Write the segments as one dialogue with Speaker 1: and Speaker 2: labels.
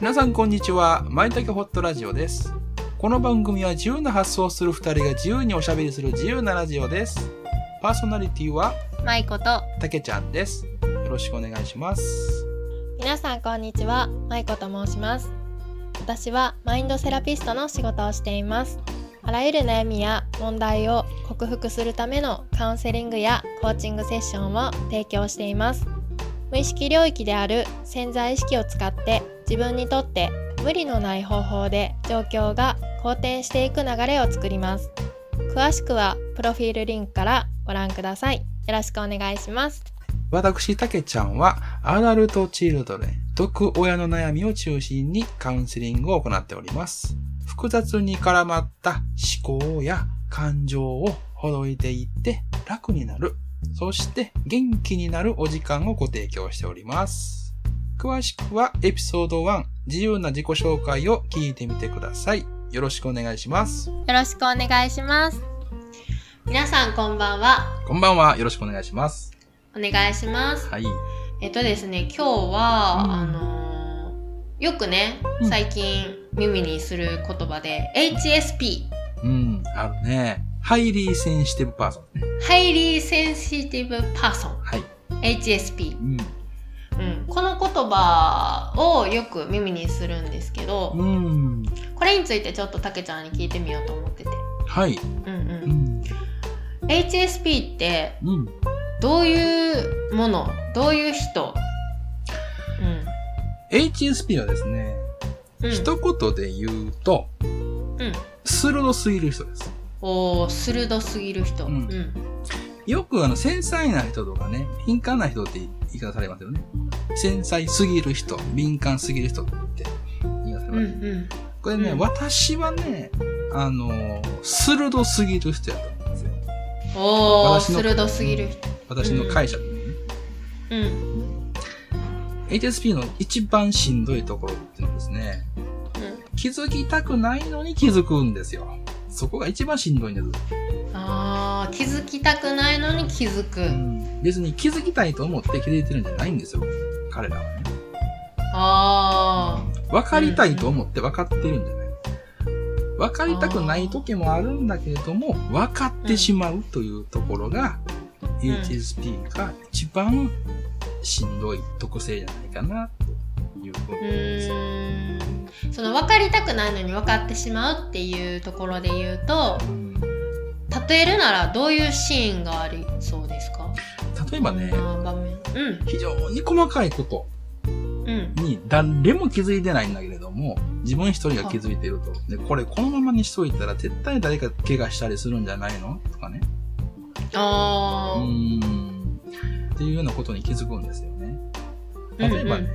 Speaker 1: 皆さんこんにちは。まいたけホットラジオです。この番組は自由な発想をする二人が自由におしゃべりする自由なラジオです。パーソナリティは
Speaker 2: まいこと
Speaker 1: たけちゃんです。よろしくお願いします。
Speaker 2: 皆さんこんにちはまいこと申します私はマインドセラピストの仕事をしていますあらゆる悩みや問題を克服するためのカウンセリングやコーチングセッションを提供しています無意識領域である潜在意識を使って自分にとって無理のない方法で状況が好転していく流れを作ります詳しくはプロフィールリンクからご覧くださいよろしくお願いします
Speaker 1: 私、たけちゃんはアダルトチルドレン、毒親の悩みを中心にカウンセリングを行っております。複雑に絡まった思考や感情をほどいていって楽になる。そして元気になるお時間をご提供しております。詳しくはエピソード1、自由な自己紹介を聞いてみてください。よろしくお願いします。
Speaker 2: よろしくお願いします。皆さんこんばんは。
Speaker 1: こんばんは。よろしくお願いします。
Speaker 2: お願いします。
Speaker 1: はい。
Speaker 2: えっとですね、今日は、
Speaker 1: うん
Speaker 2: あのーよくね
Speaker 1: う、ん
Speaker 2: 最近耳にする言葉で、HSP、
Speaker 1: うん、あるね。ハイリーセンシティブパーソンね。
Speaker 2: Highly Sensitive Person、
Speaker 1: はい。
Speaker 2: HSP
Speaker 1: う。ん。
Speaker 2: うん、この言葉をよく耳にするんですけど、
Speaker 1: うん。
Speaker 2: これについてちょっとたけちゃんに聞いてみようと思ってて。
Speaker 1: はい。
Speaker 2: うん
Speaker 1: う
Speaker 2: うん。
Speaker 1: ん。
Speaker 2: HSP って
Speaker 1: うん。
Speaker 2: どういうものどういう人、
Speaker 1: HSP はですね、
Speaker 2: うんうん、
Speaker 1: 一言で言うと、
Speaker 2: うん、
Speaker 1: 鋭すぎる人です。
Speaker 2: おー鋭すぎる人、
Speaker 1: う
Speaker 2: うんん
Speaker 1: よくあの、繊細な人とかね、敏感な人って言い方されますよね。繊細すぎる人、敏感すぎる人って言い方され
Speaker 2: うんう
Speaker 1: ます。
Speaker 2: ん、
Speaker 1: これね、
Speaker 2: うん
Speaker 1: 私はね、あのー、鋭すぎる人やと思うんですよ。
Speaker 2: おー
Speaker 1: 私の
Speaker 2: 鋭すぎる人、
Speaker 1: 私の解釈でね。
Speaker 2: うん
Speaker 1: HSP の一番しんどいところっていうのはですね、気づきたくないのに気づくんですよ。そこが一番しんどいんです。
Speaker 2: うん、あー気づきたくないのに気づく、
Speaker 1: 別に気づきたいと思って気づいてるんじゃないんですよ。彼らはね。
Speaker 2: あ
Speaker 1: 分かりたいと思って分かってるんじゃない。分かりたくない時もあるんだけれども、分かってしまうというところが、
Speaker 2: ん
Speaker 1: HSP が一番しんどい特性じゃないかな、ということ
Speaker 2: ーう
Speaker 1: です。
Speaker 2: ーんその分かりたくないのに分かってしまうっていうところで言うと
Speaker 1: うん
Speaker 2: 例えるならどういうシーンがありそうですか
Speaker 1: 例えばね
Speaker 2: こ、んな場面うん
Speaker 1: 非常に細かいこと
Speaker 2: うん
Speaker 1: に誰も気づいてないんだけれども、自分一人が気づいてると。で、これこのままにしといたら絶対誰か怪我したりするんじゃないのとかね。う
Speaker 2: あー
Speaker 1: ーん。っていうようなことに気づくんですよね。
Speaker 2: うんうん
Speaker 1: 例えばね、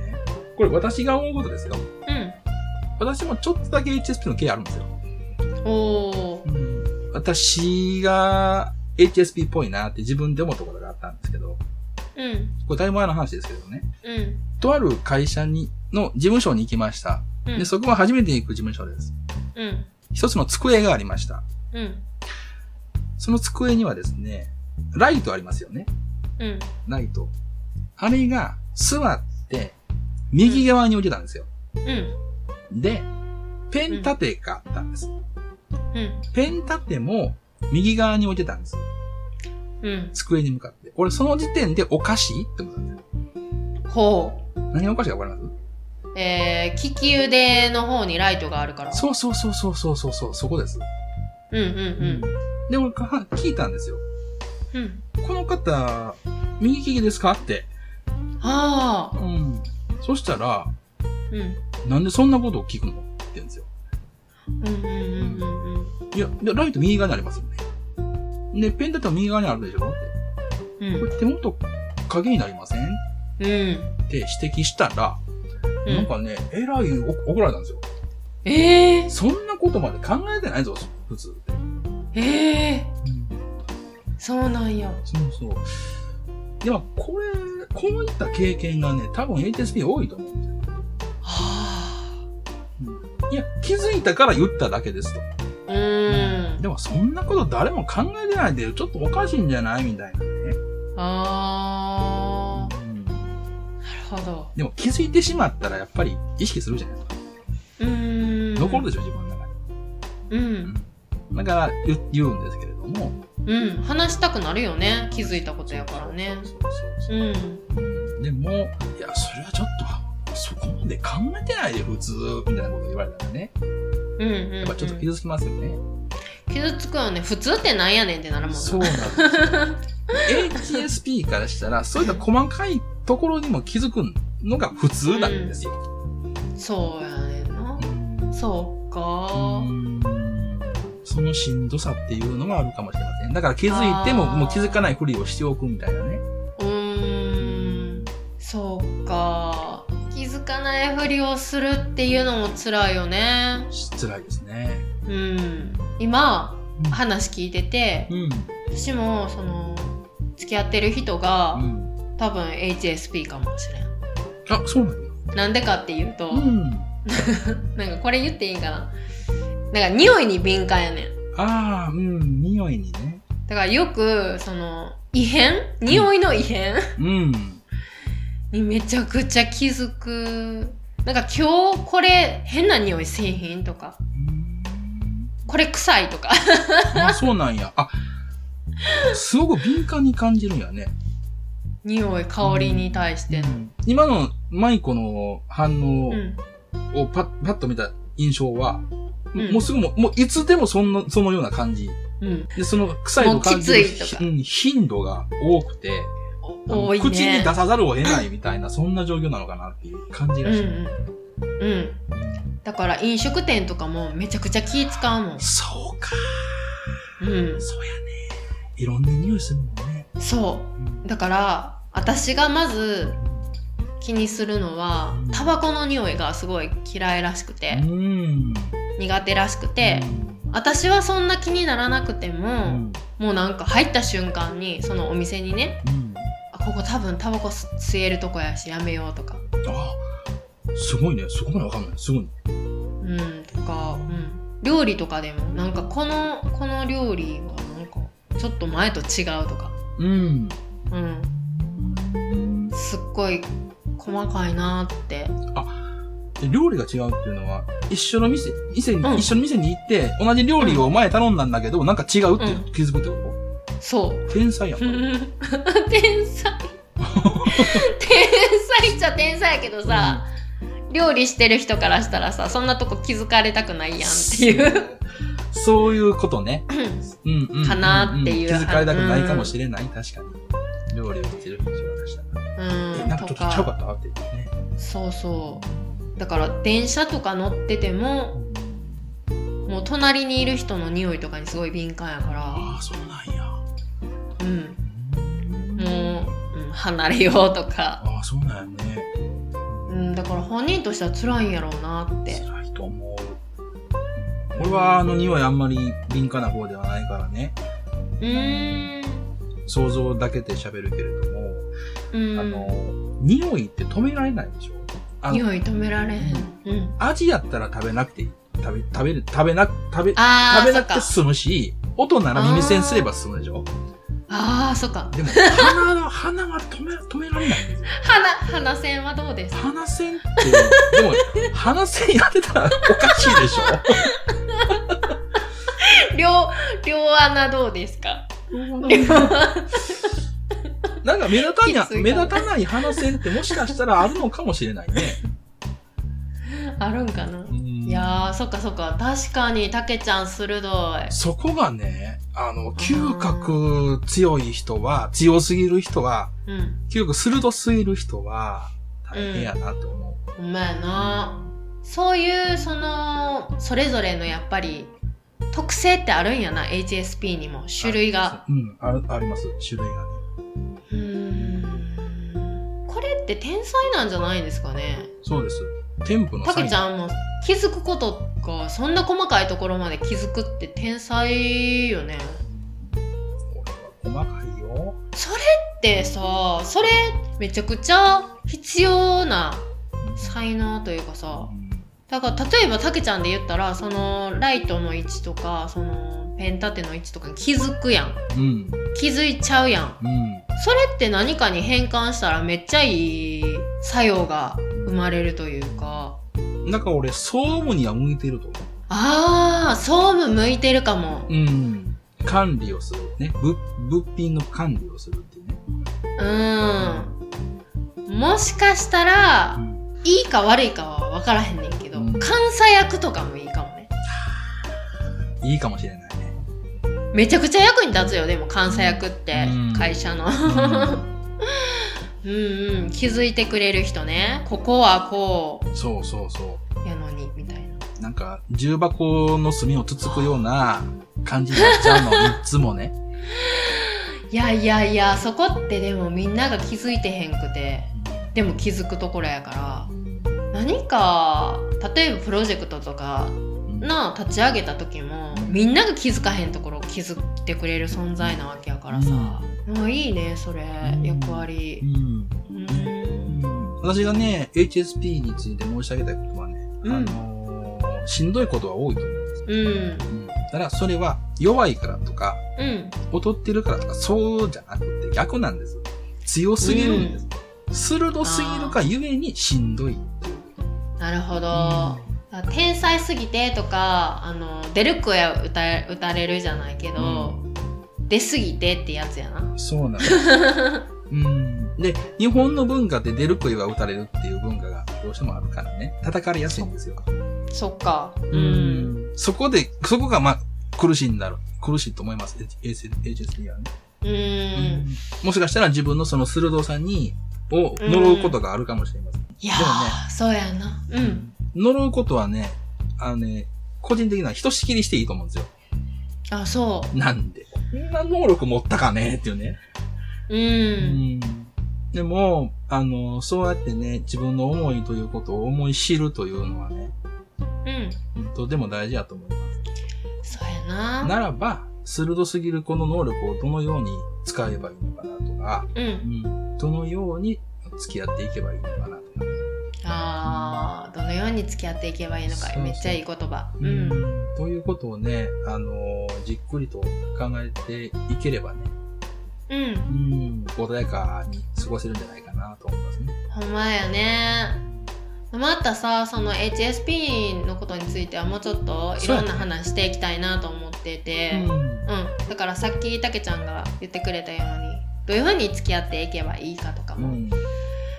Speaker 1: これ私が思うことですよ。私もちょっとだけ HSP の経あるんですよ。
Speaker 2: うんおー
Speaker 1: 私が HSP っぽいなって自分で思ったことがあったんですけど、
Speaker 2: うん
Speaker 1: これだいぶ前の話ですけどね。
Speaker 2: うん
Speaker 1: とある会社に、の事務所に行きました。
Speaker 2: うん
Speaker 1: で、そこは初めて行く事務所です。
Speaker 2: うん
Speaker 1: 一つの机がありました。
Speaker 2: うん
Speaker 1: その机にはですね、ライトありますよね。
Speaker 2: うん
Speaker 1: ライト。あれが座って、右側に置いてたんですよ。
Speaker 2: うん
Speaker 1: で、ペン立てがあったんです。
Speaker 2: うん
Speaker 1: ペン立ても右側に置いてたんです。
Speaker 2: うん
Speaker 1: 机に向かって。俺その時点でおかしいって思ったんですよ。
Speaker 2: ほ
Speaker 1: 何がおかしいかわかりま
Speaker 2: うえー、利き腕の方にライトがあるから
Speaker 1: すそうそうそうそうそうそうそう、そこです。
Speaker 2: うんうん
Speaker 1: で、俺は聞いたんですよ。
Speaker 2: うんうん
Speaker 1: この方、右利きですかって。
Speaker 2: ああ
Speaker 1: うん。そしたら、
Speaker 2: うん
Speaker 1: なんでそんなことを聞くのって言うんですよ。
Speaker 2: うんうんうんうん
Speaker 1: いや、でライト右側にありますよね。で、ペンだったら右側にあるでしょって。
Speaker 2: うん
Speaker 1: これ手元影になりませんっ
Speaker 2: うん
Speaker 1: て指摘したら、
Speaker 2: うん
Speaker 1: なんかね、えらいお怒られたんですよ。
Speaker 2: えー、
Speaker 1: そんなことまで考えてないぞ、普通って。
Speaker 2: えー、そうなんや
Speaker 1: そうそう。でも、これ、こういった経験がね、多分 HSP 多いと思うんですよ。
Speaker 2: はあ
Speaker 1: いや、気づいたから言っただけですと。
Speaker 2: うーん
Speaker 1: でも、そんなこと誰も考えてないで、ちょっとおかしいんじゃないみたいなね。
Speaker 2: ああなるほど
Speaker 1: でも、気づいてしまったら、やっぱり意識するじゃないですか。
Speaker 2: うーん
Speaker 1: 残るでしょ、自分の中に。
Speaker 2: うん
Speaker 1: だから言言うんですけれども。
Speaker 2: うん話したくなるよね気づいたことやからね
Speaker 1: そうそうそうう。
Speaker 2: ん
Speaker 1: うんでも、いや、それはちょっと、そこまで考えてないで普通、みたいなこと言われたらね、
Speaker 2: うんうん、
Speaker 1: やっぱちょっと傷つきますよね。
Speaker 2: 傷つくよね普通ってなんやねんってなるもんな
Speaker 1: そうなんですよ。HSP からしたら、そういった細かいところにも気づくのが普通なんですよ。
Speaker 2: そうやねんな
Speaker 1: うん
Speaker 2: そうか
Speaker 1: そのしんどさっていうのがあるかもしれません。だから気づいても、
Speaker 2: あー
Speaker 1: もう気づかないふりをしておくみたいなね。
Speaker 2: うーんそうか気づかないふりをするっていうのも辛いよね
Speaker 1: 辛いですね。
Speaker 2: うん今
Speaker 1: うん
Speaker 2: 話聞いてて
Speaker 1: うん。
Speaker 2: 私もその付き合ってる人が、
Speaker 1: うん。
Speaker 2: 多分 HSP かもしれん
Speaker 1: あ、そうなんだ。
Speaker 2: なんでかっていうと、
Speaker 1: うん。
Speaker 2: なんかこれ言っていいんかななんか匂いに敏感やねん
Speaker 1: ああ、うん。匂いにね。
Speaker 2: だからよくその異変匂いの異変、
Speaker 1: うん。
Speaker 2: にめちゃくちゃ気づくなんか今日これ変な匂いせえへんとか
Speaker 1: うん
Speaker 2: これ臭いとか
Speaker 1: あ、そうなんや。あ、すごく敏感に感じるんやね。
Speaker 2: 匂い香りに対しての
Speaker 1: うん今のマイコの反応
Speaker 2: うん
Speaker 1: をパッ,、パッと見た印象は、
Speaker 2: うん
Speaker 1: もうすぐもう、もういつでもそんな、そのような感じ。
Speaker 2: うん
Speaker 1: で、その臭いの感じる
Speaker 2: もうきついとか
Speaker 1: うん頻度が多くて、
Speaker 2: お多いね
Speaker 1: 口に出さざるを得ないみたいな、そんな状況なのかなっていう感じ
Speaker 2: うん
Speaker 1: が
Speaker 2: う
Speaker 1: し
Speaker 2: んうんだから飲食店とかもめちゃくちゃ気使うもん
Speaker 1: ます。そうか、
Speaker 2: うん
Speaker 1: そうやね。いろんな匂いするもんね。
Speaker 2: そう
Speaker 1: うん
Speaker 2: だから私がまず気にするのはタバコの匂いがすごい嫌いらしくて
Speaker 1: うん。
Speaker 2: 苦手らしくて私はそんな気にならなくて
Speaker 1: う
Speaker 2: も
Speaker 1: ん、
Speaker 2: もうなんか入った瞬間にそのお店にね
Speaker 1: うん。
Speaker 2: あここ多分タバコ吸吸えるとこやしやめようとか
Speaker 1: あ、すごいね。そこまでわかんない。すごい、ね。
Speaker 2: うんとか、うん、料理とかでもなんかこのこの料理はなんかちょっと前と違うとか
Speaker 1: うん。
Speaker 2: うんすっごい細かいなーって
Speaker 1: で料理が違うっていうのは、一緒の店、店に、
Speaker 2: うん
Speaker 1: 一緒の店に行って、同じ料理をお前頼んだんだけど、なんか違うって
Speaker 2: う
Speaker 1: 気づくってこと、
Speaker 2: そう
Speaker 1: 天才やん。
Speaker 2: 天才天才っちゃ天才やけどさ、料理してる人からしたらさそんなとこ気づかれたくないやんっていう
Speaker 1: そういうことね。うんうんうんうん
Speaker 2: かなっていう
Speaker 1: 気づかれたくないかもしれない、確かに。料理をしてる人からしたら。え、
Speaker 2: う
Speaker 1: なんんかちょ
Speaker 2: と
Speaker 1: っとちゃうか
Speaker 2: か
Speaker 1: ったって言ってね。
Speaker 2: そうそうだから電車とか乗っててももう隣にいる人の匂いとかにすごい敏感やか
Speaker 1: ああ、そうなんや。
Speaker 2: らうんもう、うん、離れようとか、
Speaker 1: ああ、そうなんやね。
Speaker 2: うん、だから本人としては辛いんやろうなって
Speaker 1: 辛いと思う。俺はあの匂いあんまり敏感な方ではないからね。
Speaker 2: うーん
Speaker 1: 想像だけで喋るけれども、
Speaker 2: うん
Speaker 1: あの、匂いって止められないでしょあの、
Speaker 2: 匂い止められへん、うん
Speaker 1: 味やったら食べなくていい。食べ、食べる、食べな、食べ、食
Speaker 2: あ
Speaker 1: べ
Speaker 2: ーそ
Speaker 1: な
Speaker 2: っ
Speaker 1: くて
Speaker 2: か
Speaker 1: 済むし、音なら耳栓すれば済むでしょ
Speaker 2: あーそっか
Speaker 1: でも、鼻が、鼻が止め、止められないんですよ。
Speaker 2: 鼻鼻線はどうですか
Speaker 1: 鼻栓って、でも、鼻栓やってたらおかしいでしょ
Speaker 2: 両両穴どうですか
Speaker 1: なんか目立たな、
Speaker 2: きついかない
Speaker 1: 目立たない鼻栓ってもしかしたらあるのかもしれないね。
Speaker 2: あるんかな、
Speaker 1: うん
Speaker 2: いやーそっかそっか確かにたけちゃん鋭い
Speaker 1: そこがね、あの、嗅覚強い人は、強すぎる人は、
Speaker 2: うん
Speaker 1: 嗅覚鋭すぎる人は、大変やなと思う。
Speaker 2: ほんまやなそういうそのそれぞれのやっぱり特性ってあるんやな HSP にも種類が
Speaker 1: うん、あるあります。種類がね。
Speaker 2: うーんこれって天才なんじゃないんですかね
Speaker 1: そうです。添付の
Speaker 2: たけち
Speaker 1: ん。
Speaker 2: ゃんも気づくことがそんな細かいところまで気づくって天才よね
Speaker 1: 俺は細かいよ。
Speaker 2: それってさそれめちゃくちゃ必要な才能というかさ
Speaker 1: うん
Speaker 2: だから例えばたけちゃんで言ったらそのライトの位置とかそのペン立ての位置とかに気づくやん
Speaker 1: うん。
Speaker 2: 気づいちゃうやん
Speaker 1: うん。
Speaker 2: それって何かに変換したらめっちゃいい作用が生まれるというか
Speaker 1: うなんか俺、総務には向いてると思
Speaker 2: ああ、総務向いてるかも
Speaker 1: う。。うん。管理をする。ね。物、物品の管理をするっていうね。
Speaker 2: うん。もしかしたら、いいか悪いかは分からへんねんけど、
Speaker 1: うん
Speaker 2: 監査役とかもいいかもね。
Speaker 1: いいかもしれない ね。
Speaker 2: めちゃくちゃ役に立つよ、でも監査役って
Speaker 1: うん、
Speaker 2: 会社の。
Speaker 1: うん
Speaker 2: うんうん、気づいてくれる人ね。ここはこ
Speaker 1: そうそうそう
Speaker 2: やのに、みたいな。
Speaker 1: う。なんか、重箱の隅をつつくような感じになっちゃうの、いつもね。
Speaker 2: いやいやいや、そこってでもみんなが気づいてへんくて、でも気づくところやから。何か、例えばプロジェクトとか
Speaker 1: うん
Speaker 2: な立ち上げた時も、みんなが気づかへんところを気づってくれる存在なわけやからさ。もういいね、それ、
Speaker 1: ん
Speaker 2: 役
Speaker 1: う
Speaker 2: 割。
Speaker 1: ん。
Speaker 2: うん。
Speaker 1: 私がね、HSP について申し上げたいことはね、
Speaker 2: うん
Speaker 1: あのーしんどいことは多いと思う。
Speaker 2: うん。
Speaker 1: うんだから、それは弱いからとか、
Speaker 2: うん。
Speaker 1: 劣ってるからとか、そうじゃなくて逆なんです。強すぎるんです。鋭すぎるかゆえにしんどい。
Speaker 2: なるほど。あ天才すぎてとかあの出る声は打た打たれるじゃないけど、出すぎてってやつやな。
Speaker 1: そうなんで す。うん。で、日本の文化で出る杭は打たれるっていう文化がどうしてもあるからね、叩かれやすいんですよ。
Speaker 2: そっか。う。
Speaker 1: うんん。そこで、そこがまあ、苦しいんだろう。苦しいと思います。H- HSP はね。
Speaker 2: うん。
Speaker 1: もしかしたら自分のその鋭さに、を呪うことがあるかもしれません。
Speaker 2: いや
Speaker 1: でも
Speaker 2: ー、そうやな。うん。
Speaker 1: 呪うことはね、あのね、個人的にはひとしきりしていいと思うんですよ。
Speaker 2: あそ
Speaker 1: なんで。こんな能力持ったかねっていうね。
Speaker 2: う。うん。
Speaker 1: でも、あの、そうやってね、自分の思いということを思い知るというのはね、
Speaker 2: うん。
Speaker 1: とても大事だと思います。
Speaker 2: そうやな。
Speaker 1: ならば、鋭すぎるこの能力をどのように使えばいいのかなとか、
Speaker 2: う。
Speaker 1: うんん、どのように付き合っていけばいいのかなとか、
Speaker 2: あーどのように付き合っていけばいいの
Speaker 1: そう
Speaker 2: か
Speaker 1: そう
Speaker 2: めっちゃいい言葉。うん。
Speaker 1: ということをね、あの、じっくりと考えていければね、
Speaker 2: うん。
Speaker 1: うん、穏やかに過ごせるんじゃないかなと思いますね。
Speaker 2: ほんまやね。またさその HSP のことについてはもうちょっといろんな話していきたいなと思ってて。うん、だからさっきたけちゃんが言ってくれたようにどういうふうに付き合っていけばいいかとか
Speaker 1: う
Speaker 2: も、
Speaker 1: ん。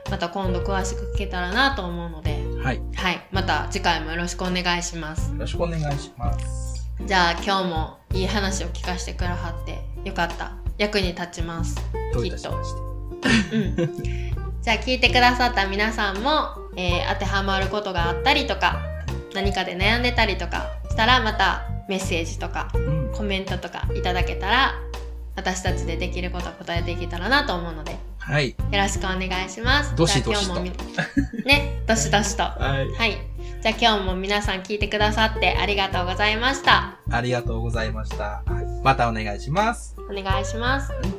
Speaker 2: また今度詳しく聞けたらなと思うので、
Speaker 1: はい。よ
Speaker 2: はい、また次回もよろしくお願いします
Speaker 1: ろしくお願いします。
Speaker 2: じゃあ今日もいい話を聞かせてくれはってよかった役に立ちます
Speaker 1: どういたしまして。
Speaker 2: うん じゃあ聞いてくださった皆さんも、えー当てはまることがあったりとか何かで悩んでたりとかしたらまたメッセージとか
Speaker 1: うん
Speaker 2: コメントとかいただけたら私たちでできることを答えていけたらなと思うのでよ
Speaker 1: はい。
Speaker 2: ろしくお願いします。
Speaker 1: どしどし
Speaker 2: じ
Speaker 1: と
Speaker 2: ゃあ今日もみ ね、どしどしと。は
Speaker 1: はい。
Speaker 2: い。じゃあ今日も皆さん聞いてくださってありがとうございました。
Speaker 1: ありがとうございました。はいまたお願いします。
Speaker 2: お願いします。
Speaker 1: はい